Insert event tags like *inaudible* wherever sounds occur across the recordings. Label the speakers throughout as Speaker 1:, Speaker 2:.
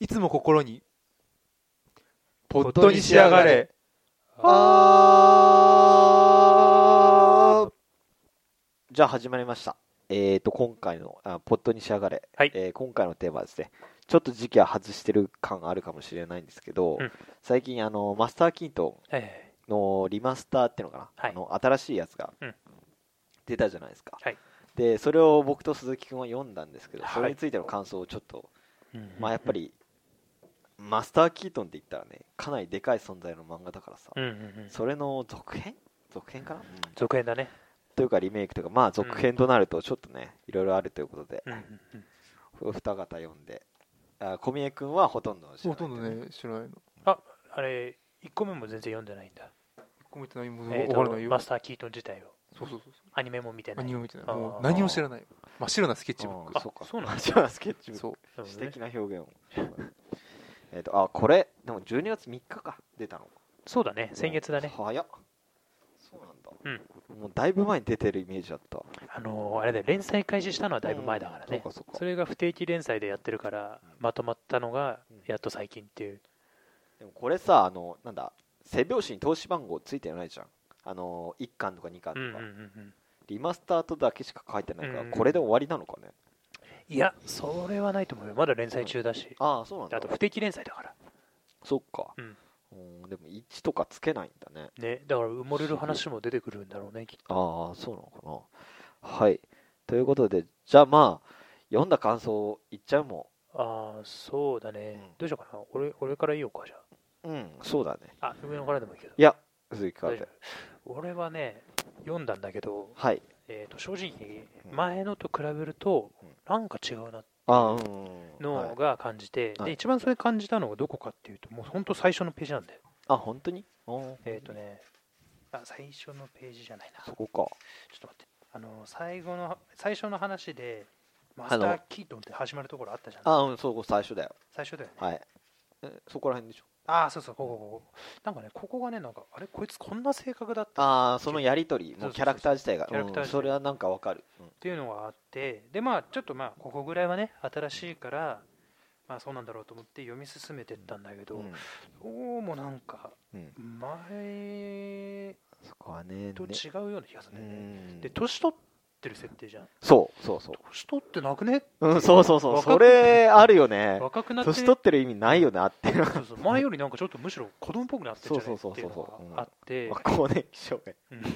Speaker 1: いつも心にポ
Speaker 2: ッドに仕上がれ
Speaker 3: あじゃあ始まりました。えっ、と、今回の、あポットに仕上がれ、
Speaker 2: はい
Speaker 3: えー今回のテーマはですね、ちょっと時期は外してる感あるかもしれないんですけど、
Speaker 2: うん
Speaker 3: 最近、あの、マスターキント
Speaker 2: はいはい
Speaker 3: ンのリマスターっていうのかな、
Speaker 2: はい
Speaker 3: あの新しいやつが
Speaker 2: うん
Speaker 3: 出たじゃないですか。
Speaker 2: はい
Speaker 3: で、それを僕と鈴木くんは読んだんですけど、
Speaker 2: はい
Speaker 3: それについての感想をちょっと、
Speaker 2: うん
Speaker 3: まあやっぱり、マスター・キートンって言ったらね、かなりでかい存在の漫画だからさ、
Speaker 2: うんうんうん
Speaker 3: それの続編続編かな、
Speaker 2: 続編だね
Speaker 3: というかリメイクというかまあ続編となるとちょっとね、いろいろあるということで、
Speaker 2: うんうんうん
Speaker 3: お二方読んであ小宮君はほとんど知ら
Speaker 1: ほ
Speaker 3: ない
Speaker 1: とんどね知らないの
Speaker 2: あれ1個目も全然読んでないんだ
Speaker 1: コメント何も分
Speaker 2: えーと
Speaker 1: からないよ、
Speaker 2: マスター・キートン自体を
Speaker 1: そうそうそうそ
Speaker 2: アニメも見て
Speaker 1: うア
Speaker 2: ない
Speaker 1: ニメみたい
Speaker 2: あ
Speaker 1: な
Speaker 2: ー
Speaker 1: もう何も知らない真っ白なスケッチブック
Speaker 3: あそうか
Speaker 2: そうなんだ
Speaker 3: *laughs* じゃあスケッチブッ
Speaker 1: そう
Speaker 3: ク詩
Speaker 2: そうだね
Speaker 3: 的な表現をえっとあこれでも12月3日か出たの
Speaker 2: そうだね先月だね
Speaker 3: 早っそうなんだ、もうだいぶ前に出てるイメージだった
Speaker 2: あのーあれで連載開始したのはだいぶ前だからね
Speaker 3: うんそうかそうか
Speaker 2: それが不定期連載でやってるからまとまったのがやっと最近っていう
Speaker 3: でもこれさあのなんだ背表紙に投資番号ついてないじゃんあの1巻とか2巻
Speaker 2: う
Speaker 3: と
Speaker 2: ん
Speaker 3: か、
Speaker 2: うんうんうん
Speaker 3: リマスターとだけしか書いてないから、
Speaker 2: うん
Speaker 3: これで終わりなのかね
Speaker 2: いやそれはないと思うよまだ連載中だし
Speaker 3: ああそうなんだ
Speaker 2: あと不定期連載だから
Speaker 3: そっか、
Speaker 2: うん
Speaker 3: うんでも1とかつけないんだね
Speaker 2: ねだから埋もれる話も出てくるんだろうねきっと
Speaker 3: ああそうなのかなはいということでじゃあまあ読んだ感想を言っちゃうも
Speaker 2: ああそうだね、
Speaker 3: うん
Speaker 2: どうしようかな俺俺から言おうかじゃ
Speaker 3: んうんそうだね
Speaker 2: ああ上野からでもいいけど
Speaker 3: いや鈴木か
Speaker 2: 大丈夫俺はね読んだんだけど、
Speaker 3: はい
Speaker 2: えー、と正直
Speaker 3: うん
Speaker 2: 前のと比べると
Speaker 3: うん
Speaker 2: なんか違うな
Speaker 3: ああうんうんうんは
Speaker 2: の
Speaker 3: い、
Speaker 2: が感じて、
Speaker 3: はい
Speaker 2: で一番それ感じたのがどこかっていうともうほんと最初のページなんだよ
Speaker 3: あ本当にお
Speaker 2: えっ、とねあ最初のページじゃないなちょ
Speaker 3: そ
Speaker 2: っ
Speaker 3: こか
Speaker 2: と待ってあの最後の最初の話でマ
Speaker 3: あ
Speaker 2: ス
Speaker 3: の
Speaker 2: ター・キートンって始まるところあったじゃん
Speaker 3: あうんそこ最初だよ
Speaker 2: 最初だよね
Speaker 3: はいえそこら辺でしょ
Speaker 2: ああそうそうここここなんかねここがねなんかあれこいつこんな性格だったっ
Speaker 3: ああそのやり取りもうキャラクター自体が
Speaker 2: キャラクター自
Speaker 3: うん
Speaker 2: 体
Speaker 3: それはなんかわかる、うん
Speaker 2: ていうのがあってでまあちょっとまあここぐらいはね新しいからまあそうなんだろうと思って読み進めてったんだけど、
Speaker 3: うん
Speaker 2: どうもなんか
Speaker 3: うん、
Speaker 2: 前
Speaker 3: そこはね
Speaker 2: と
Speaker 3: ね
Speaker 2: 違うような気がするんだよね
Speaker 3: うん
Speaker 2: で年取ってる設定じゃん
Speaker 3: そうそうそう
Speaker 2: 年取ってなくね
Speaker 3: うん、そうそうそう、
Speaker 2: 若く
Speaker 3: それあるよね。
Speaker 2: 若くなってね
Speaker 3: 年取ってる意味ないよね、あって。
Speaker 2: そうそう前よりなんかちょっとむしろ子供っぽくなってんじゃない
Speaker 3: そう
Speaker 2: っ
Speaker 3: そう
Speaker 2: てい
Speaker 3: そううそう
Speaker 2: のがあって
Speaker 3: 更年期障害。
Speaker 2: うん
Speaker 3: *laughs*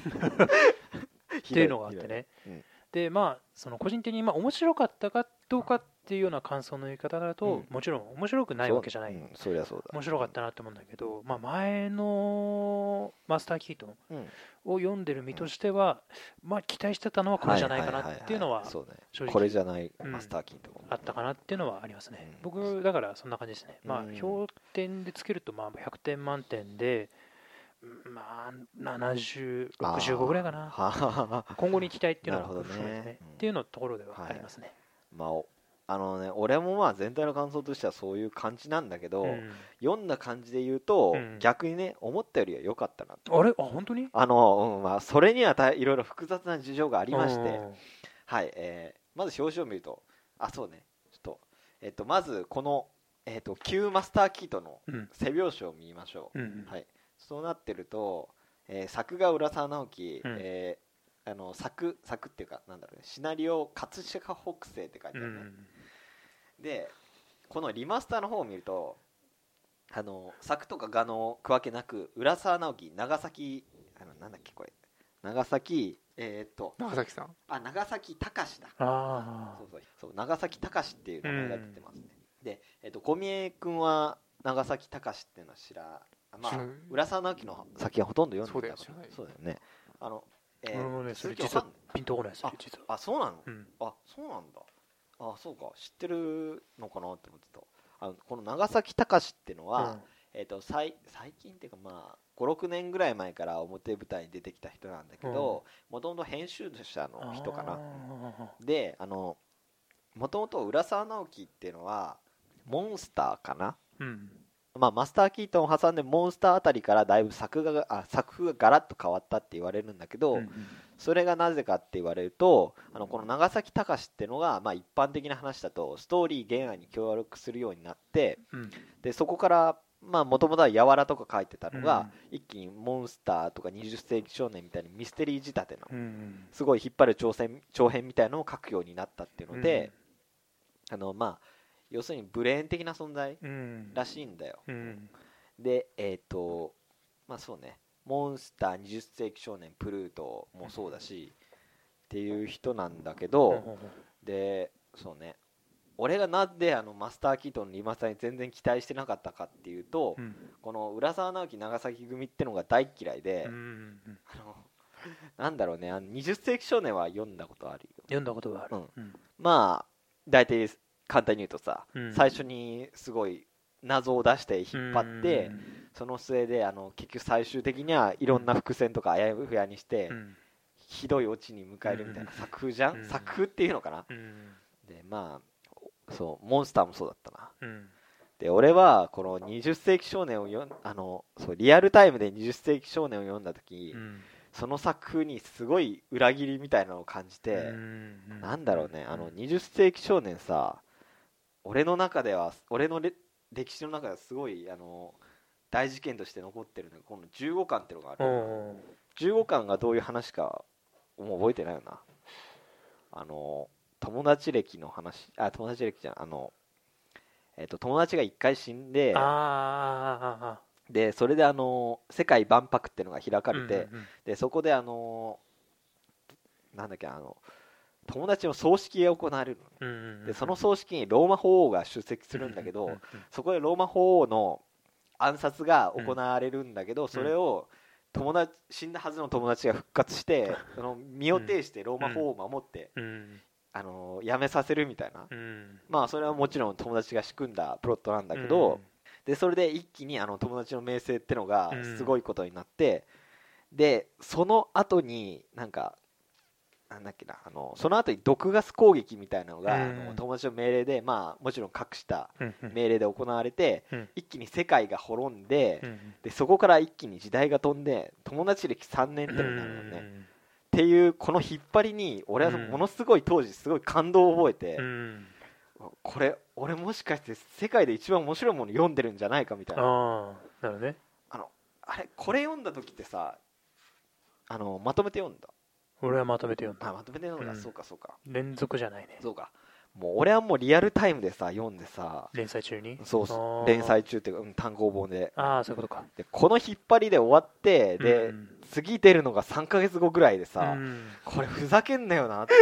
Speaker 2: っ
Speaker 3: って
Speaker 2: いうのがあって。ね
Speaker 3: うん。
Speaker 2: でまあその個人的にまあ面白かったかどうかっていうような感想の言い方だと、もちろん面白くないわけじゃない、
Speaker 3: そううん、そりゃそうだ。
Speaker 2: 面白かったなと思うんだけど、まあ、前のマスター・キートン
Speaker 3: うん。
Speaker 2: を読んでる身としては、まあ期待してたのはこれじゃないかなっていうのは
Speaker 3: そうね
Speaker 2: 正直
Speaker 3: これじゃない
Speaker 2: うん
Speaker 3: マスターキンとかも
Speaker 2: あったかなっていうのはありますね、
Speaker 3: うん
Speaker 2: 僕だからそんな感じですね、ま
Speaker 3: うん
Speaker 2: あ評点でつけるとまあ100点満点でうんまあ7065ぐらいかな
Speaker 3: はははは。
Speaker 2: 今後に期待っていうのは
Speaker 3: なるほどね
Speaker 2: そうですね
Speaker 3: うん
Speaker 2: っていうのところではありますね、
Speaker 3: *laughs* まあ、おあのね、俺もまあ全体の感想としてはそういう感じなんだけど、
Speaker 2: うん
Speaker 3: 読んだ感じで言うと、
Speaker 2: うん
Speaker 3: 逆にね、思ったよりは良かったな。
Speaker 2: あれあ本当に
Speaker 3: あの、うん、まあ、それにはたいろいろ複雑な事情がありまして、
Speaker 2: うん
Speaker 3: はい、えーまず表紙を見ると、あ、そうね、ちょっと、えっと、まずこの、えっと、旧マスターキートの
Speaker 2: うん
Speaker 3: 背表紙を見ましょう。
Speaker 2: うん
Speaker 3: はい、そうなってると、えー作画浦沢直樹、
Speaker 2: うん
Speaker 3: えーあの作作っていうか、なんだろうね、シナリオ葛飾北西って書いて
Speaker 2: う
Speaker 3: あるね。
Speaker 2: ん
Speaker 3: で、このリマスターの方を見ると、あの作とか画の区分けなく、浦沢直樹、長崎、あのなんだっけ、これ、長崎、えーっと、
Speaker 1: 長崎さん
Speaker 3: あ、長崎隆だ。
Speaker 2: あ
Speaker 3: そうそうそう長崎隆っていう名前が出てますね、で、えっと小宮君は長崎隆っていうのは知らま
Speaker 1: 知
Speaker 3: あ
Speaker 1: らない
Speaker 3: 浦沢直樹の作品はほとんど読んでたか
Speaker 1: そうだよ
Speaker 3: ら
Speaker 1: 知
Speaker 3: そうだよねあの、え
Speaker 2: あ俺もねそれ
Speaker 3: 鈴木
Speaker 2: 実は
Speaker 3: わかん
Speaker 2: ピンとこないですよ実は
Speaker 3: あそうなの、
Speaker 2: うん
Speaker 3: あそうなんだあそうか知ってるのかなって思ってたあのこの長崎隆っていうのは、えっと最最近っていうかまあ56年ぐらい前から表舞台に出てきた人なんだけどもともと編集者の人かなであのもともと浦沢直樹っていうのはモンスターかな、
Speaker 2: うんうん
Speaker 3: まあ、マスター・キートンを挟んでモンスターあたりからだいぶ作画があ作風がガラッと変わったって言われるんだけど、
Speaker 2: うん
Speaker 3: それがなぜかって言われるとあのこの長崎隆ってのが、まあ、一般的な話だとストーリー原案に協力するようになって
Speaker 2: うん
Speaker 3: でそこからもともとは「やわら」とか書いてたのが、一気にモンスターとか20世紀少年みたいにミステリー仕立ての
Speaker 2: うんうん
Speaker 3: すごい引っ張る長編長編みたいのを書くようになったっていうので、あのまあ要するにブレーン的な存在
Speaker 2: うん
Speaker 3: らしいんだよ、
Speaker 2: うん
Speaker 3: でえっ、とまあそうねモンスター20世紀少年プルートもそうだし、っていう人なんだけど、でそうね俺がなんであのマスター・キートンのリマスターに全然期待してなかったかっていうと、
Speaker 2: うん
Speaker 3: この浦沢直樹長崎組ってのが大嫌いで、
Speaker 2: うん
Speaker 3: あのなんだろうねあの20世紀少年は読んだことあるよ
Speaker 2: 読んだことがある
Speaker 3: うんまあ大体簡単に言うとさ、
Speaker 2: うん
Speaker 3: 最初にすごい謎を出して引っ張って、その末であの結局最終的にはいろんな伏線とかあやふやにして、
Speaker 2: うん
Speaker 3: ひどいオチに迎えるみたいな
Speaker 2: うん
Speaker 3: 作風じゃん、
Speaker 2: うん
Speaker 3: 作風っていうのかな、
Speaker 2: うん
Speaker 3: でまあそうモンスターもそうだったな
Speaker 2: うん
Speaker 3: で俺はこの20世紀少年を読んあのそうリアルタイムで20世紀少年を読んだ時、
Speaker 2: うん
Speaker 3: その作風にすごい裏切りみたいなのを感じて、
Speaker 2: うん
Speaker 3: なんだろうね、あの20世紀少年さ、俺の中では、俺のれ歴史の中ではすごいあの大事件として残ってるのが、この15巻ってのがあ
Speaker 2: おう
Speaker 3: る、
Speaker 2: おう
Speaker 3: 15巻がどういう話か、もう覚えてないよな、あの友達歴の話、あ友達歴じゃん、あの、えっと友達が1回死んで
Speaker 2: あ、あああああ
Speaker 3: でそれであの世界万博ってのが開か
Speaker 2: あ
Speaker 3: れて、
Speaker 2: うんうん
Speaker 3: でそこであの、なんだっけ、あの友達の葬式が行われるの。
Speaker 2: うんうんうん
Speaker 3: でその葬式にローマ法王が出席するんだけど、
Speaker 2: うんうん
Speaker 3: そこでローマ法王の暗殺が行われるんだけど、それを友達死んだはずの友達が復活して、その身を挺してローマ法王を守って、
Speaker 2: うん
Speaker 3: あの辞めさせるみたいな、
Speaker 2: うん
Speaker 3: まあ、それはもちろん友達が仕組んだプロットなんだけど、でそれで一気にあの友達の名声ってのが
Speaker 2: うん
Speaker 3: すごいことになって、でその後になんかなんだっけなあのその後に毒ガス攻撃みたいなのが、
Speaker 2: うん
Speaker 3: あの友達の命令で、まあ、もちろん隠した
Speaker 2: うんうん
Speaker 3: 命令で行われて、
Speaker 2: うん
Speaker 3: 一気に世界が滅んで,、
Speaker 2: うん
Speaker 3: でそこから一気に時代が飛んで友達歴3年ってのになるのね、
Speaker 2: う
Speaker 3: っ
Speaker 2: ん
Speaker 3: ていうこの引っ張りに俺はものすごい当時すごい感動を覚えて、
Speaker 2: うん
Speaker 3: これ俺もしかして世界で一番面白いもの読んでるんじゃないかみたいな。
Speaker 2: ああなるほどね
Speaker 3: あのあれこれ読んだ時ってさあのまとめて読んだ
Speaker 2: 俺はまとめて読んだ
Speaker 3: あまとめて読んだ、
Speaker 2: うん
Speaker 3: そうかそうか
Speaker 2: 連続じゃないね
Speaker 3: そうかもう俺はもうリアルタイムでさ読んでさ
Speaker 2: 連載中に
Speaker 3: そう
Speaker 2: あー
Speaker 3: 連載中っていうか、うん、単行本で
Speaker 2: ああそういうことか
Speaker 3: でこの引っ張りで終わってで、
Speaker 2: うん
Speaker 3: 次出るのが3ヶ月後ぐらいでさ、
Speaker 2: うん
Speaker 3: これふざけんなよなって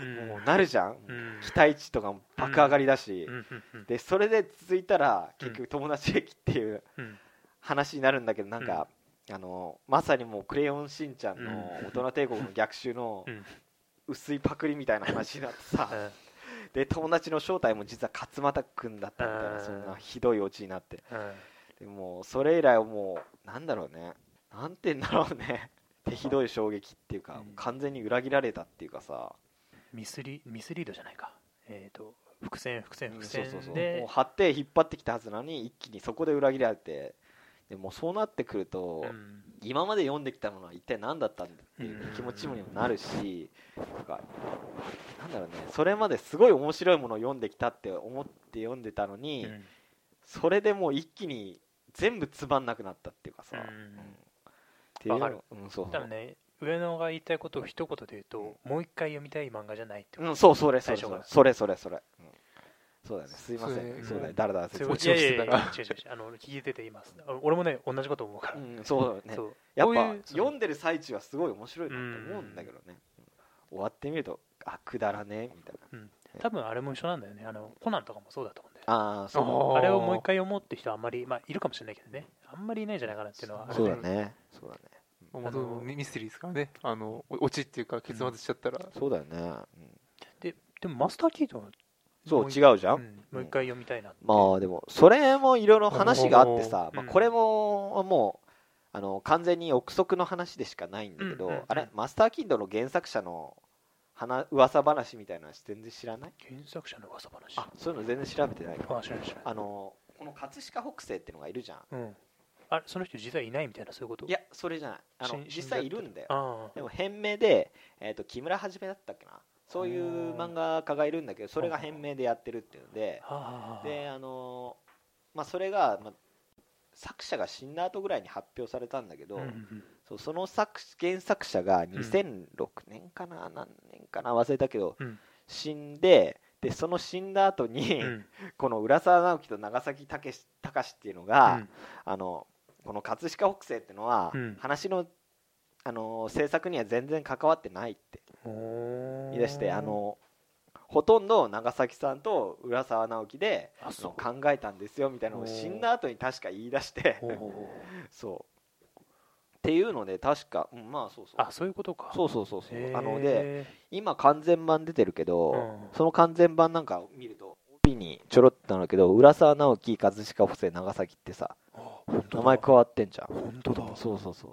Speaker 2: うん
Speaker 3: もうなるじゃん、
Speaker 2: うん
Speaker 3: 期待値とかも爆上がりだし、
Speaker 2: うんうんうん
Speaker 3: でそれで続いたら
Speaker 2: うん
Speaker 3: 結局友達駅っていう
Speaker 2: うん
Speaker 3: 話になるんだけどなんか、あのまさにもう「クレヨンしんちゃん」の「大人帝国の逆襲」の
Speaker 2: うん
Speaker 3: 薄いパクリみたいな話になってさ、
Speaker 2: うん
Speaker 3: で友達の正体も実は勝俣君だったみたいな、
Speaker 2: うん
Speaker 3: そんなひどいオチになって
Speaker 2: うん
Speaker 3: でもうそれ以来はもうなんだろうねなんて言うんだろ
Speaker 2: *laughs*
Speaker 3: うねってひどい衝撃っていうか、
Speaker 2: うん
Speaker 3: 完全に裏切られたっていうかさ、
Speaker 2: ミスリミスリードじゃないかえっと伏線伏線
Speaker 3: うん
Speaker 2: 伏
Speaker 3: そう
Speaker 2: 線
Speaker 3: そうそうもう
Speaker 2: で
Speaker 3: 張って引っ張ってきたはずなのに一気にそこで裏切られてでもうそうなってくると、
Speaker 2: うん
Speaker 3: 今まで読んできたものは一体何だったんだっていう気持ちにもなるし、なんかなんだろうねそれまですごい面白いものを読んできたって思って読んでたのに、
Speaker 2: うん
Speaker 3: それでもう一気に全部つまんなくなったっていうかさ、
Speaker 2: うん
Speaker 3: っていうの
Speaker 2: わかる
Speaker 3: うんそう
Speaker 2: 多分ね上野が言いたいことを一言で言うともう一回読みたい漫画じゃないってこ
Speaker 3: うん、そうそれ
Speaker 2: 最
Speaker 3: それ
Speaker 2: 初
Speaker 3: そ
Speaker 2: か
Speaker 3: れ
Speaker 2: ら
Speaker 3: それそれそれ、うんそうだよねすいませ
Speaker 1: そ
Speaker 3: ん
Speaker 1: れ
Speaker 3: そうだよだらだら
Speaker 2: と
Speaker 3: 説
Speaker 1: そ
Speaker 3: 明
Speaker 1: う
Speaker 3: し
Speaker 1: ち落ち
Speaker 2: いやい
Speaker 1: て
Speaker 2: やい
Speaker 1: た
Speaker 2: や
Speaker 1: な
Speaker 2: 違う違う違うあの聞いてて言いますあ俺もね同じこと思うから
Speaker 3: うんそうだよね
Speaker 2: そう
Speaker 3: やっ
Speaker 2: こう
Speaker 3: ぱ
Speaker 2: いうそう
Speaker 3: 読んでる最中はすごい面白いなって思うんだけどね、終わってみるとあくだらねえみたいな
Speaker 2: うん多分あれも一緒なんだよねあのコナンとかもそうだと思うんだよ
Speaker 3: ああそうだね
Speaker 1: あー
Speaker 2: あれをもう一回思うって人はあんまり、まあ、いるかもしれないけどね、あんまりいないんじゃないかなっていうのはある
Speaker 3: そうだね。そうだね。
Speaker 1: まあその
Speaker 2: あの
Speaker 1: ミミステリーですからねあのお落ちっていうか結末しちゃったら、
Speaker 3: そうだよね。
Speaker 2: ででもマスター・キートンは
Speaker 3: そう
Speaker 2: もう一
Speaker 3: 違うじゃ。
Speaker 2: うんんもう一回読みたいなって、
Speaker 3: まあでもそれもいろいろ話があってさ、
Speaker 2: うん
Speaker 3: まあこれももう。あの完全に憶測の話でしかないんだけど、
Speaker 2: うんうんうん
Speaker 3: あれマスター・キンドの原作者の話噂話みたいなの全然知らない
Speaker 2: 原作者の噂話
Speaker 3: あそういうの全然調べてない
Speaker 2: あ知らない知らない
Speaker 3: あのこの葛飾北斎っていうのがいるじゃん
Speaker 2: うん、あその人実はいないみたいなそういうこと
Speaker 3: いやそれじゃないあの
Speaker 2: し
Speaker 3: 実際いるんだよ
Speaker 2: ああ
Speaker 3: でも変名で、えー、と木村はじめだったっけなそういう漫画家がいるんだけどそれが変名でやってるっていうんで
Speaker 2: はあはあ
Speaker 3: であのーまあ、それが、まあ、作者が死んだ後ぐらいに発表されたんだけど、
Speaker 2: うんうん
Speaker 3: そうその作原作者が2006年かな、何年かな忘れたけど、
Speaker 2: うん
Speaker 3: 死んででその死んだ後に、
Speaker 2: うんうん
Speaker 3: *laughs* この浦沢直樹と長崎武志隆史っていうのが、あのこの葛飾北斎っていうのは、
Speaker 2: うん
Speaker 3: 話のあの制作には全然関わってないって
Speaker 2: うん
Speaker 3: 言い出してあのほとんど長崎さんと浦沢直樹で
Speaker 2: あ
Speaker 3: あの
Speaker 2: そう
Speaker 3: 考えたんですよみたいなのを死んだ後に確か言い出して
Speaker 2: ほうほうほう
Speaker 3: *laughs* そうっていうので確か、うん、まあそうそう
Speaker 2: あそういうことか
Speaker 3: そうそうそうそう
Speaker 2: へえ
Speaker 3: あので今完全版出てるけど、
Speaker 2: うん
Speaker 3: その完全版なんか見ると OB にちょろっとなるけど浦沢直樹葛飾補正長崎ってさ
Speaker 2: あ本当
Speaker 3: 名
Speaker 2: だ
Speaker 3: 前加わってんじゃん
Speaker 2: 本当だ
Speaker 3: そうそうそう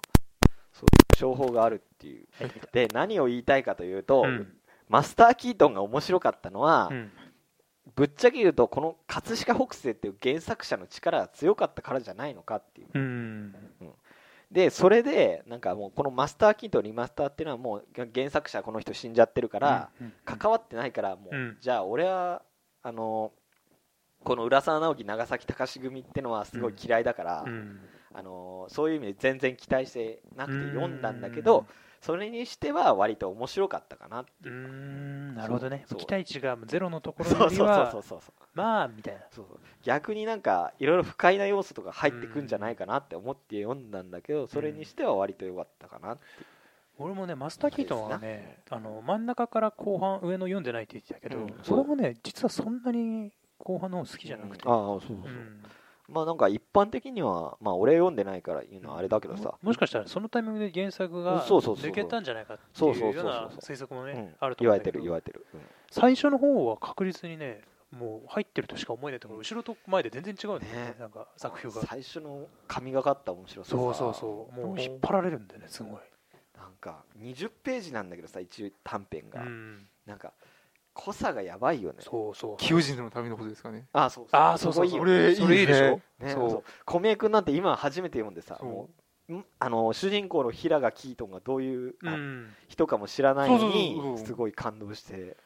Speaker 3: そう商法があるっていうで何を言いたいかというと、
Speaker 2: うん
Speaker 3: マスター・キートンが面白かったのは、
Speaker 2: うん
Speaker 3: ぶっちゃけ言うとこの葛飾北斎っていう原作者の力が強かったからじゃないのかっていう
Speaker 2: うん
Speaker 3: でそれでなんかもうこのマスター・キートンリマスターっていうのはもう原作者この人死んじゃってるから、
Speaker 2: うん
Speaker 3: 関わってないからもう、
Speaker 2: うん
Speaker 3: じゃあ俺はあのこの浦沢直樹長崎隆組ってのはすごい嫌いだから、
Speaker 2: うん
Speaker 3: あのそういう意味で全然期待してなくて読んだんだけ
Speaker 2: う
Speaker 3: ど
Speaker 2: ん
Speaker 3: それにしては割と面白かったかな
Speaker 2: うーんなるほどね
Speaker 3: そう
Speaker 2: 期待値がゼロのところ
Speaker 3: そ
Speaker 2: よ
Speaker 3: う
Speaker 2: り
Speaker 3: そうそうそ
Speaker 2: は
Speaker 3: うそうそう
Speaker 2: まあみたいな
Speaker 3: そうそう逆になんかいろいろ不快な要素とか入ってくんじゃないかなって思って読んだんだけどそれにしては割と良かったかな
Speaker 2: 俺もねマスター・キートンはねあの真ん中から後半上の読んでないって言ってたけど、
Speaker 3: うん
Speaker 2: 俺もね実はそんなに後半の方好きじゃなくて、
Speaker 3: うんああそうそう
Speaker 2: う
Speaker 3: そうんまあなんか一般的にはまあ俺読んでないから言うのはあれだけどさ
Speaker 2: ももしかしたらそのタイミングで原作が
Speaker 3: そうそうそうそう
Speaker 2: 抜けたんじゃないかっていうよう
Speaker 3: そうそうそう
Speaker 2: な
Speaker 3: そう
Speaker 2: 推測もね、
Speaker 3: うん
Speaker 2: あると
Speaker 3: 言
Speaker 2: 思
Speaker 3: わ
Speaker 2: うんだ
Speaker 3: れ
Speaker 2: け
Speaker 3: て
Speaker 2: ど
Speaker 3: る言われてるうん
Speaker 2: 最初の方は確実にねもう入ってるとしか思えないところ後ろと前で全然違うんだよね
Speaker 3: ね
Speaker 2: なんか作風が
Speaker 3: 最初の神がかった面白さ
Speaker 2: そうそうそうもう引っ張られるんだよねすごい、
Speaker 3: なんか20ページなんだけどさ一短編
Speaker 2: う
Speaker 3: が
Speaker 2: ん、
Speaker 3: なんか濃さがやばいよね
Speaker 2: そうそう
Speaker 1: 求人のためのことですかね
Speaker 3: あそう
Speaker 2: ああそうそう
Speaker 3: こいい
Speaker 2: そ
Speaker 3: よ
Speaker 1: こ
Speaker 3: ね
Speaker 1: れいい
Speaker 2: それいいでしょ
Speaker 1: ね
Speaker 2: そう
Speaker 3: そう小くんなんて今初めて読んでさ
Speaker 1: そう
Speaker 3: もうんあの主人公の平賀キートンがどういう
Speaker 2: う
Speaker 3: あ
Speaker 2: ん
Speaker 3: 人かも知らないの
Speaker 1: そうそうそう
Speaker 3: に
Speaker 1: そう
Speaker 3: すごい感動して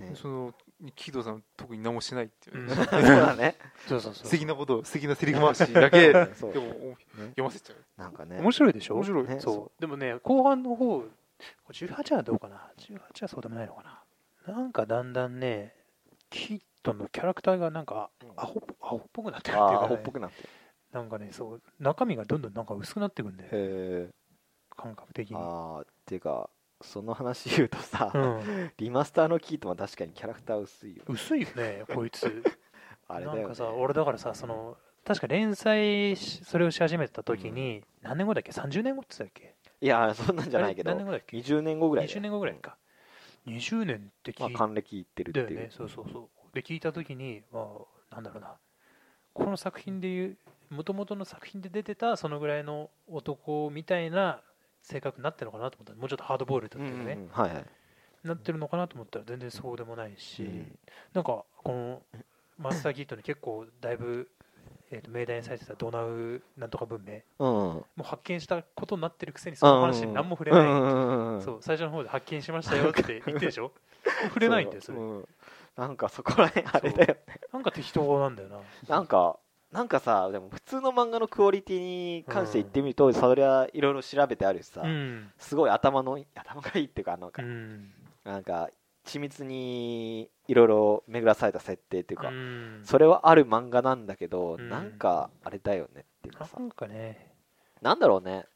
Speaker 3: ね
Speaker 1: その喜怒さん特に何もしないっていう
Speaker 2: う
Speaker 1: ね *laughs*
Speaker 2: ん
Speaker 3: そうだね
Speaker 2: *laughs* そうそうそう
Speaker 1: 素敵なことを素敵なセリフ回しだ
Speaker 2: *laughs*
Speaker 1: けで
Speaker 3: そう
Speaker 1: も読ませちゃう
Speaker 3: なんかね
Speaker 2: 面白いでしょ
Speaker 1: 面白い
Speaker 3: ね
Speaker 2: そうでもね後半の方これ18はどうかな18はそうでもないのかななんかだんだんねキッドのキャラクターがなんか
Speaker 3: うん
Speaker 2: アホっぽアホっぽくなってくるっていう
Speaker 3: ああ
Speaker 2: か
Speaker 3: ほ
Speaker 2: ね、
Speaker 3: っぽくなって
Speaker 2: なんかねそう中身がどんどんなんか薄くなってくんだよ
Speaker 3: へえ
Speaker 2: 感覚的に、
Speaker 3: ああっていうかその話言うとさ
Speaker 2: うん、
Speaker 3: リマスターのキートンは確かにキャラクター薄いよ
Speaker 2: 薄いよねこいつ
Speaker 3: *laughs* あれだ
Speaker 2: なん
Speaker 3: よ
Speaker 2: か
Speaker 3: ね
Speaker 2: さ俺だからさその確か連載しそれをし始めた時に、何年後だっけ30年後って言ってたっけ
Speaker 3: いやそんなんじゃないけ
Speaker 2: あ
Speaker 3: ど
Speaker 2: れ何年後だっけ
Speaker 3: 20年後ぐらいだよ
Speaker 2: 20年後ぐらいか、20年って
Speaker 3: ま
Speaker 2: 聞
Speaker 3: あ
Speaker 2: い
Speaker 3: 還暦いってる
Speaker 2: だ
Speaker 3: っ
Speaker 2: よ
Speaker 3: てい
Speaker 2: ね
Speaker 3: う
Speaker 2: そうそうそうで聞いた時にまあなんだろうなこの作品でいうもともとの作品で出てたそのぐらいの男みたいな性格になってるのかなと思ったもうちょっとハードボイルド
Speaker 3: う
Speaker 2: っ
Speaker 3: ん
Speaker 2: ていううんか
Speaker 3: う
Speaker 2: ね、
Speaker 3: んはいはい
Speaker 2: なってるのかなと思ったら全然そうでもないし、
Speaker 3: うん
Speaker 2: なんかこのマスター・キートに結構だいぶ、えー、と命題にされてたドナウなんとか文明
Speaker 3: うん
Speaker 2: もう発見したことになってるくせにその話に何も触れない、
Speaker 3: うんうんうんうん
Speaker 2: そう最初の方で発見しましたよ
Speaker 3: *laughs*
Speaker 2: って言ってでしょ触れないんだよそれ、
Speaker 3: うんなんかそこら辺あれだよね
Speaker 2: なんか適当なんだよな
Speaker 3: なんかなんかさでも普通の漫画のクオリティに関して言ってみると、それはいろいろ調べてあるしさ、
Speaker 2: うん
Speaker 3: すごい頭のいい頭がいいっていうかなん
Speaker 2: う
Speaker 3: か,、
Speaker 2: ん
Speaker 3: なんか緻密にいろいろ巡らされた設定っていうか、
Speaker 2: うん
Speaker 3: それはある漫画なんだけど、
Speaker 2: うん
Speaker 3: なんかあれだよねっていうかさ
Speaker 2: なんかね
Speaker 3: なんだろうね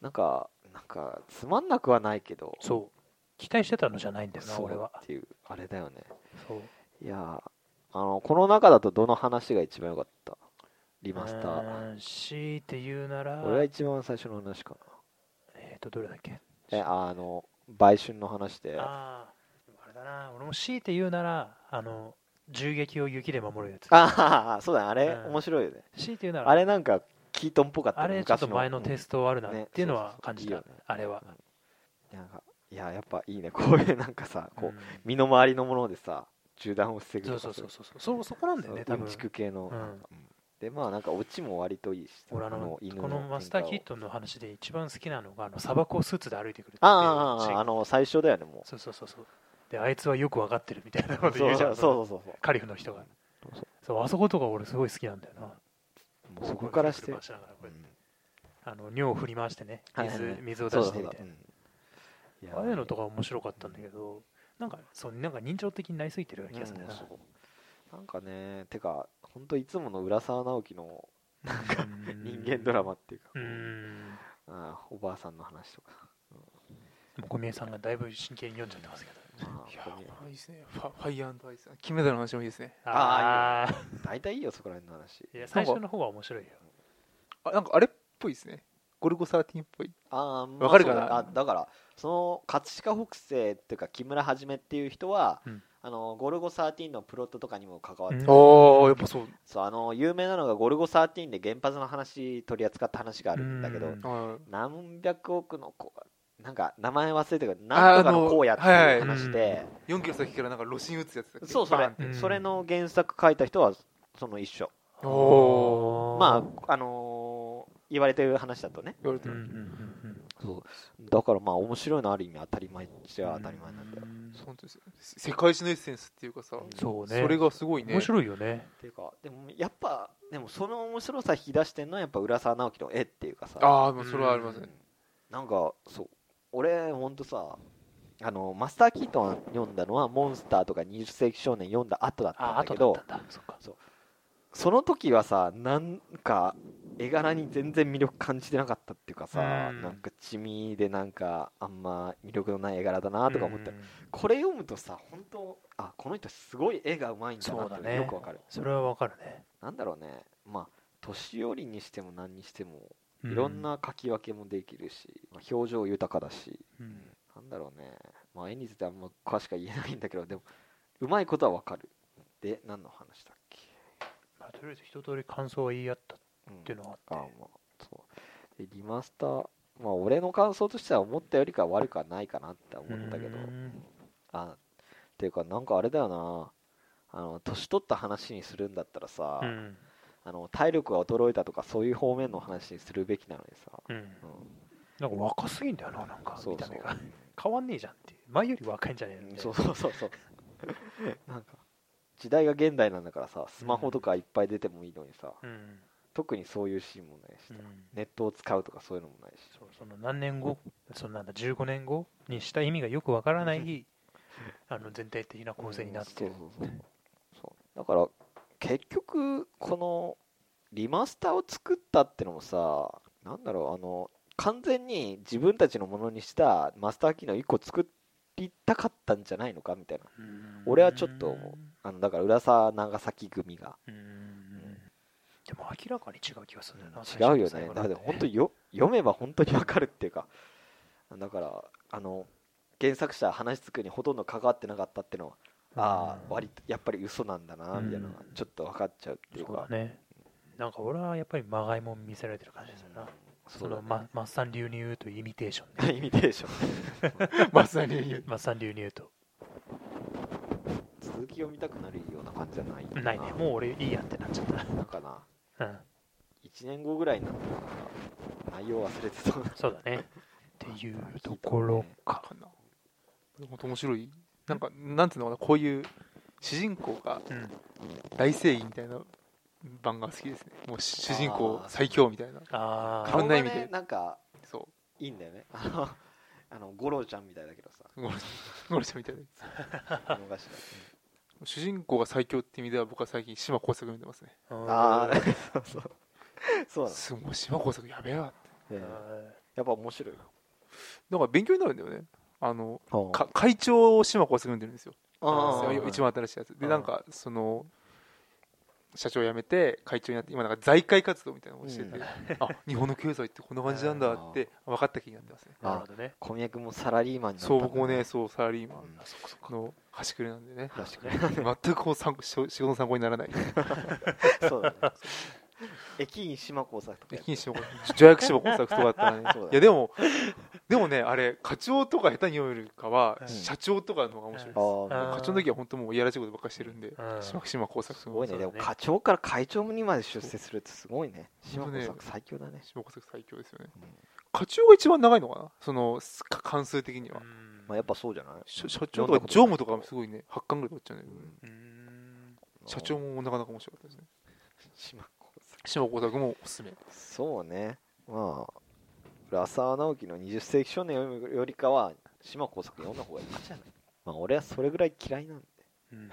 Speaker 3: なんかなんかつまんなくはないけど
Speaker 2: そう期待してたのじゃないんだよな
Speaker 3: そう
Speaker 2: 俺は
Speaker 3: っていうあれだよね
Speaker 2: そう
Speaker 3: いやーあのこの中だとどの話が一番良かったリ
Speaker 2: リ
Speaker 3: マスター
Speaker 2: 強いて言うなら
Speaker 3: 俺は一番最初の話か
Speaker 2: えっ、とどれだっけ
Speaker 3: なえあの売春の話であ
Speaker 2: あああれだな俺も強いて言うならあの銃撃を雪で守るやつ
Speaker 3: あーそうだねあれ、
Speaker 2: うん
Speaker 3: 面白いよね
Speaker 2: 強いて言うなら
Speaker 3: あれなんかキートンっぽかったね
Speaker 2: あれちょっと前のテ
Speaker 3: ス
Speaker 2: ストあるな
Speaker 3: うんね
Speaker 2: っていうのは感じた、
Speaker 3: そうそうそういい
Speaker 2: あ
Speaker 3: よね
Speaker 2: れは、
Speaker 3: トなんかいややっぱいいね *laughs* こういうなんかさこう、
Speaker 2: ん
Speaker 3: 身の回りのものでさ銃弾を防ぐ
Speaker 2: そ
Speaker 3: と
Speaker 2: う
Speaker 3: か
Speaker 2: そうそうそうそうそこなんだよね
Speaker 3: そ
Speaker 2: 多
Speaker 3: ううん
Speaker 2: 分
Speaker 3: ちく系の
Speaker 2: うん
Speaker 3: なんかうんでまあなんかオチも割といいし
Speaker 2: 俺あの
Speaker 3: 犬
Speaker 2: このマスター・キ
Speaker 3: 喧嘩を
Speaker 2: ットンの話で一番好きなのがあの砂漠をスーツで歩いてくるっていうシ
Speaker 3: あ
Speaker 2: ーン
Speaker 3: ああああああの最初だよねもう
Speaker 2: そうそうそうそうであいつはよく分かってるみたいな
Speaker 3: そ
Speaker 2: こ
Speaker 3: う
Speaker 2: と
Speaker 3: そ
Speaker 2: 言
Speaker 3: う
Speaker 2: うじゃ
Speaker 3: そ
Speaker 2: ん
Speaker 3: うそううそう
Speaker 2: 狩人の人が
Speaker 3: そ
Speaker 2: そうあそことか俺すごい好きなんだよな
Speaker 3: もうそこからして
Speaker 2: こうやって車しながらこうやってあの尿を振り回してね
Speaker 3: はいはいは
Speaker 2: 水
Speaker 3: い
Speaker 2: 水を
Speaker 3: そ
Speaker 2: 出
Speaker 3: うだ
Speaker 2: して
Speaker 3: そう
Speaker 2: みたいな
Speaker 3: だうん
Speaker 2: ああいうのとか面白かったんだけどなんかそうなんか人情的になりすぎてるような気がするんだよ
Speaker 3: そうなんかねてか本当いつもの浦沢直樹の
Speaker 2: な
Speaker 3: 人間ドラ
Speaker 2: マ
Speaker 3: マっていうか、
Speaker 2: うーん
Speaker 3: ああおばあさんの話とか、
Speaker 2: でも小宮さんがだいぶ真剣に読んじゃってますけど
Speaker 3: ま
Speaker 1: いや
Speaker 3: あ、こういう
Speaker 1: ーこれいいですねファファイアンドアイス金メダルの話もいいですね
Speaker 3: あ
Speaker 2: あ
Speaker 3: 大体いいよそこら辺の話
Speaker 2: ーいや最初の方は面白いよ
Speaker 1: あなんかあれっぽいですねゴルゴ13っぽい
Speaker 3: ああまあ
Speaker 1: わかるかな
Speaker 3: そうだあだからその葛飾北西っていうか木村はじめっていう人は、
Speaker 2: うん
Speaker 3: あのゴルゴ13のプロットとかにも関わって
Speaker 2: うん
Speaker 3: る、
Speaker 2: あー
Speaker 1: やっぱそう
Speaker 3: そうあの有名なのが「ゴルゴ13」で原発の話取り扱った話があるんだけど、
Speaker 2: うん
Speaker 1: あ
Speaker 3: 何百億の子なんか名前忘れてるけどなんとかのこうやっていう話で、
Speaker 2: はいはい
Speaker 1: 4キロ先からなんかロシン打つやつだっけ
Speaker 3: そうそ
Speaker 1: バー
Speaker 3: れ
Speaker 1: ンっ、て
Speaker 2: うん
Speaker 3: それの原作書いた人はその一緒
Speaker 1: お
Speaker 3: まああのー言われてる話だとね
Speaker 1: 言われ
Speaker 2: う
Speaker 1: て
Speaker 2: んうん
Speaker 1: る、
Speaker 2: うん
Speaker 3: そうだからまあ面白いのある意味当たり前っち
Speaker 2: うん
Speaker 3: ゃ当たり前なんだよ、
Speaker 2: うん
Speaker 1: そうですよ世界史のエッセンスっていうかさ
Speaker 2: そうね
Speaker 1: それがすごいね
Speaker 2: 面白いよね
Speaker 3: っていうかでもやっぱでもその面白さ引き出してんのはやっぱ浦沢直樹の絵っていうかさ
Speaker 1: ああまあそれはあります
Speaker 3: う
Speaker 1: ね
Speaker 3: んなんかそう俺ほんとさあのマスター・キートン読んだのは「モンスター」とか「20世紀少年」読んだ後だったん
Speaker 2: あ
Speaker 3: だ
Speaker 2: と
Speaker 3: け
Speaker 2: だ
Speaker 3: ど
Speaker 2: ったんだそっか
Speaker 3: その時はさなんか絵柄に全然魅力感じてなかったっていうかさ、
Speaker 2: うん
Speaker 3: なんか地味でなんかあんま魅力のない絵柄だなとか思った、
Speaker 2: うん
Speaker 3: これ読むとさ本当あこの人すごい絵がうまいんだな
Speaker 2: そ
Speaker 3: っ
Speaker 2: うだ
Speaker 3: て、
Speaker 2: ね
Speaker 3: よくわかる
Speaker 2: それはわかるね
Speaker 3: なんだろうねまあ年寄りにしても何にしても
Speaker 2: う
Speaker 3: いろんな描き分けもできるし、まあ表情豊かだし
Speaker 2: うん
Speaker 3: なんだろうね、まあ、絵についてあんま詳しくは言えないんだけどでもうまいことはわかるで何の話だっけ、
Speaker 2: まあとりあえず一通り感想は言い合ったっ
Speaker 3: うん
Speaker 2: ていうのがあ
Speaker 3: あま
Speaker 2: っ
Speaker 3: あ
Speaker 2: て
Speaker 3: そうでリマスターまあ俺の感想としては思ったよりか悪くはないかなって思ったけど
Speaker 2: うん
Speaker 3: あっていうかなんかあれだよなあの年取った話にするんだったらさ、
Speaker 2: うん
Speaker 3: あの体力が衰えたとかそういう方面の話にするべきなのにさ、
Speaker 2: うん
Speaker 3: う
Speaker 2: なんか若すぎんだよななんか
Speaker 3: ん、そう
Speaker 2: 見
Speaker 3: そ
Speaker 2: た
Speaker 3: う
Speaker 2: 目が変わんねえじゃんっていう前より若いんじゃねえの
Speaker 3: う
Speaker 2: み
Speaker 3: ん
Speaker 2: たい
Speaker 3: そ
Speaker 2: な
Speaker 3: うそうそうそう *laughs* なんか時代が現代なんだからさスマホとかいっぱい出てもいいのにさ、
Speaker 2: うん
Speaker 3: 特にそういうシーンもないし
Speaker 2: う
Speaker 3: さ、
Speaker 2: ん
Speaker 3: ネットを使うとかそういうのもないし
Speaker 2: そうその何年後そのなんだ15年後にした意味がよくわからないあの全体的な構成になってる
Speaker 3: うんそうそうそうそうだから結局このリマスターを作ったってのもさなんだろうあの完全に自分たちのものにしたマスター機能1個作りたかったんじゃないのかみたいな
Speaker 2: うん
Speaker 3: 俺はちょっと思あのだから浦沢長崎組が
Speaker 2: うんでも明らかに違う気がするんだよな
Speaker 3: 違うよ
Speaker 2: 最
Speaker 3: ね
Speaker 2: 初と最後な
Speaker 3: だっ
Speaker 2: ん
Speaker 3: て本当よ読めば本当にわかるっていうかだからあの原作者話作りにほとんど関わってなかったってのはああ割とやっぱり嘘なんだなみたいなのがちょっと分かっちゃうっていう
Speaker 2: そう
Speaker 3: か
Speaker 2: だねなんか俺はやっぱりまがいもん見せられてる感じでするな、そのまマッサン流に言うとイミテーションね
Speaker 3: イミテーション
Speaker 1: まさに
Speaker 2: マッサン流に言うと
Speaker 3: *laughs* 続きを見たくなるような感じじゃないよ
Speaker 2: ないねもう俺いいやってなっちゃっ
Speaker 3: なんかな
Speaker 2: た *laughs* うん
Speaker 3: 1年後ぐらいになったらなんか内容忘れてそうな
Speaker 2: そうだねっていうところか
Speaker 1: かな本当面白いなんかなんつうのかなこういう主人公が
Speaker 2: うん
Speaker 1: 大正義みたいな版が好きですねもうし主人公
Speaker 3: あー
Speaker 1: 最強みたいなか
Speaker 2: ああ
Speaker 1: ん
Speaker 3: 顔
Speaker 1: な
Speaker 3: が
Speaker 1: い意味で
Speaker 3: ねなんか
Speaker 1: そ
Speaker 3: いいんだよねあのあの五郎ちゃんみたいだけどさ
Speaker 1: *laughs* うゴロゴロちゃんみたいな
Speaker 3: 見逃し
Speaker 1: 主人公が最強って意味では僕は最近島耕作見てますね
Speaker 2: *laughs*
Speaker 3: たああー *laughs* そうそうそうなの
Speaker 1: すごい島耕作やべえなって
Speaker 3: ええやっぱ面白い
Speaker 1: なんか勉強になるんだよねあの
Speaker 3: よ
Speaker 1: か会長を島耕作読んでるんですよ
Speaker 2: あー
Speaker 1: 一番新しいやつで
Speaker 2: あー
Speaker 1: なんかその社長辞めて会長になって今なんか財界活動みたいなのをしてて、
Speaker 3: うん
Speaker 1: あ日本の経済ってこんな感じなんだって分かった気になってますね
Speaker 2: なるほどね
Speaker 3: 小宮君もサラリーマンになった
Speaker 1: そ
Speaker 3: んだ
Speaker 1: う僕も
Speaker 3: *laughs*
Speaker 1: ねそうサラリーマ
Speaker 3: うん
Speaker 1: ンの端くれなんでね *laughs*
Speaker 3: 確か
Speaker 1: 全くこう参考仕事の参考にならない
Speaker 3: にそうだね *laughs* 駅員島耕作とかやっ *laughs*
Speaker 1: 駅にしようか助役志望工作とかだったらね
Speaker 3: そうだね
Speaker 1: いやでもでもねあれ課長とか下手に読めるかは、
Speaker 2: うん
Speaker 1: 社長とかの方が面白いです、
Speaker 3: あ
Speaker 2: あ
Speaker 1: 課長の時は本当もういやらしいことばっかりしてるんで、
Speaker 2: うん
Speaker 1: 島島耕作
Speaker 3: す
Speaker 1: さん
Speaker 3: ごいね
Speaker 2: そう
Speaker 3: で
Speaker 2: だ
Speaker 3: も
Speaker 2: ね
Speaker 3: 課長から会長にまで出世するってすごいね島
Speaker 1: 本当
Speaker 3: 耕
Speaker 1: ね
Speaker 3: 作最強だね
Speaker 1: 島耕作最強ですよね
Speaker 3: うん
Speaker 1: 課長が一番長いのかなそのか関数的には、
Speaker 2: うん
Speaker 3: まあやっぱそうじゃない
Speaker 1: しょ社長とか常務とかもすごいね8巻ぐらい取っちゃうんだ
Speaker 3: う
Speaker 1: けどね、
Speaker 3: ん
Speaker 2: うん
Speaker 1: 社長もなかなか面白かったですね
Speaker 3: 島耕作
Speaker 1: 島耕作もおすすめ
Speaker 3: そうねまあ浦沢直樹の20世紀少年よりかは島耕作読んだ方がいいんじゃないまあ俺はそれぐらい嫌いなんで
Speaker 2: うん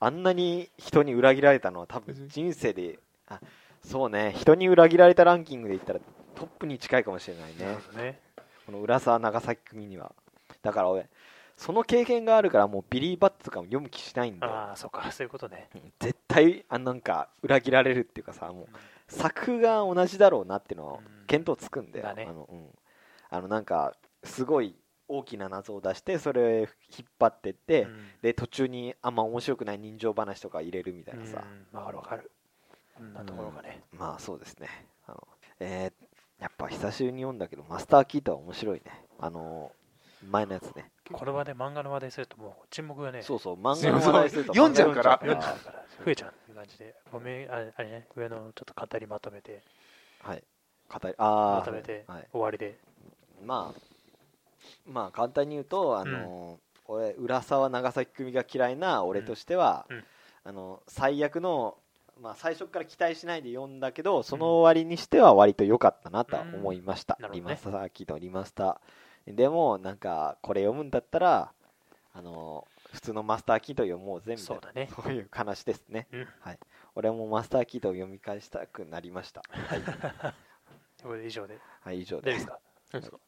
Speaker 3: あんなに人に裏切られたのは多分人生であそうね人に裏切られたランキングで言ったらトップに近いかもしれない
Speaker 2: なる
Speaker 3: ね
Speaker 2: ほどね
Speaker 3: この浦沢長崎組にはだから俺その経験があるからもうビリー・バッツとかも読む気しないんだよ
Speaker 2: ああそっか *laughs* そういうことね
Speaker 3: うん絶対あなんか裏切られるっていうかさもう作風が同じだろうなっていうのは
Speaker 2: うん
Speaker 3: 見当つくんだよ、
Speaker 2: だね
Speaker 3: あのうん、あのなんかすごい大きな謎を出してそれ引っ張ってって、
Speaker 2: うん
Speaker 3: で途中にあんま面白くない人情話とか入れるみたいなさ、
Speaker 2: うんわかるわかるそんなところがね
Speaker 3: まあそうですねあの、えーやっぱ久しぶりに読んだけどマスター・キーターは面白いねあの前のやつね
Speaker 2: この場で漫画の話題するともう沈黙がね
Speaker 3: そうそう漫画の話題すると
Speaker 1: そうそう読んじゃうから
Speaker 2: 読んじゃうから増えちゃうっていう感じでごめんあれあれね上のちょっと語りまとめて
Speaker 3: はい語りあ
Speaker 2: ま
Speaker 3: あ
Speaker 2: とめて
Speaker 3: はい、
Speaker 2: 終わりで
Speaker 3: まあまあ簡単に言うとあの、俺浦沢長崎組が嫌いな俺としては、
Speaker 2: うんうん
Speaker 3: あの最悪のまあ最初から期待しないで読んだけどその割にしては割と良かったなとは思いました、
Speaker 2: うんなる
Speaker 3: リ
Speaker 2: ほどね
Speaker 3: マスターさっきのリマスターでもなんかこれ読むんだったらあの普通のマスターキート読もうぜみた
Speaker 2: そ
Speaker 3: いう
Speaker 2: だね
Speaker 3: なそういう話ですね、
Speaker 2: うん
Speaker 3: はい、俺もマスターキートを読み返したくなりましたはい、
Speaker 2: これで以上で
Speaker 3: はい、以上
Speaker 2: 大丈夫
Speaker 3: で
Speaker 2: ですすか
Speaker 1: 何ですか